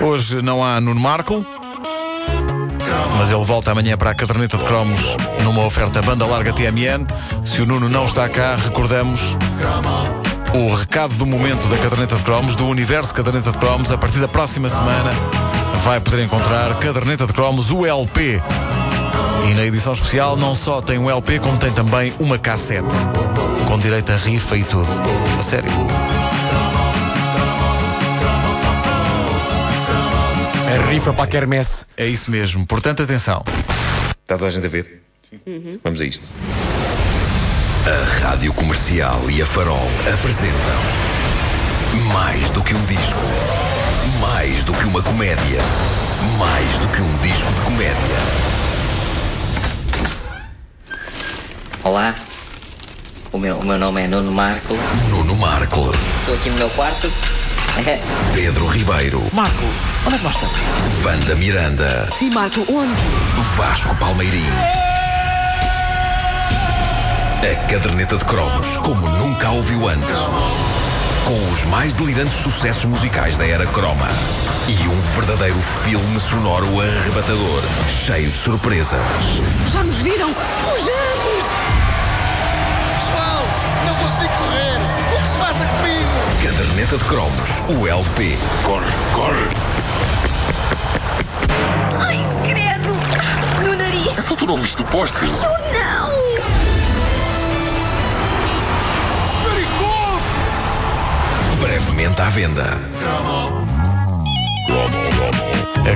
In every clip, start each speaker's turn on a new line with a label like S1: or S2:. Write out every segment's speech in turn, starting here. S1: Hoje não há Nuno Marco. Mas ele volta amanhã para a caderneta de cromos numa oferta banda larga TMN. Se o Nuno não está cá, recordamos o recado do momento da caderneta de cromos, do universo caderneta de cromos. A partir da próxima semana vai poder encontrar caderneta de cromos, o LP. E na edição especial não só tem um LP, como tem também uma cassete. Com direito a rifa e tudo. A sério.
S2: A rifa para a quermesse.
S1: É isso mesmo. Portanto, atenção.
S3: Está toda a gente a ver? Sim. Vamos a isto.
S4: A Rádio Comercial e a Farol apresentam mais do que um disco, mais do que uma comédia, mais do que um disco de comédia.
S5: Olá, o meu, o meu nome é Nuno Marco,
S4: Nuno Marco,
S5: estou aqui no meu quarto.
S4: Pedro Ribeiro,
S6: Marco, onde é que nós estamos?
S4: Vanda Miranda,
S7: Sim, Marco, onde?
S4: Vasco Palmeirim. A caderneta de cromos, como nunca a ouviu antes. Com os mais delirantes sucessos musicais da era croma. E um verdadeiro filme sonoro arrebatador, cheio de surpresas.
S7: Já nos viram? Fujamos!
S8: Pessoal, não consigo correr. O que se passa comigo?
S4: Caderneta de Cromos, o LP. Corre, corre.
S9: Ai, credo! Meu nariz!
S10: Então tu não viste o poste?
S9: Eu não!
S8: Perigoso!
S4: Brevemente à venda.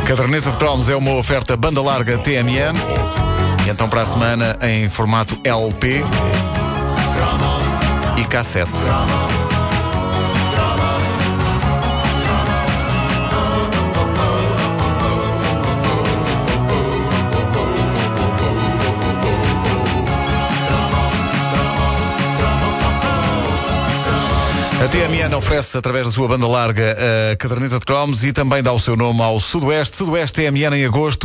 S1: A caderneta de cromos é uma oferta banda larga TMN. E então para a semana em formato LP e cassete. A TMN oferece, através da sua banda larga, a caderneta de cromos e também dá o seu nome ao Sudoeste. Sudoeste TMN em agosto.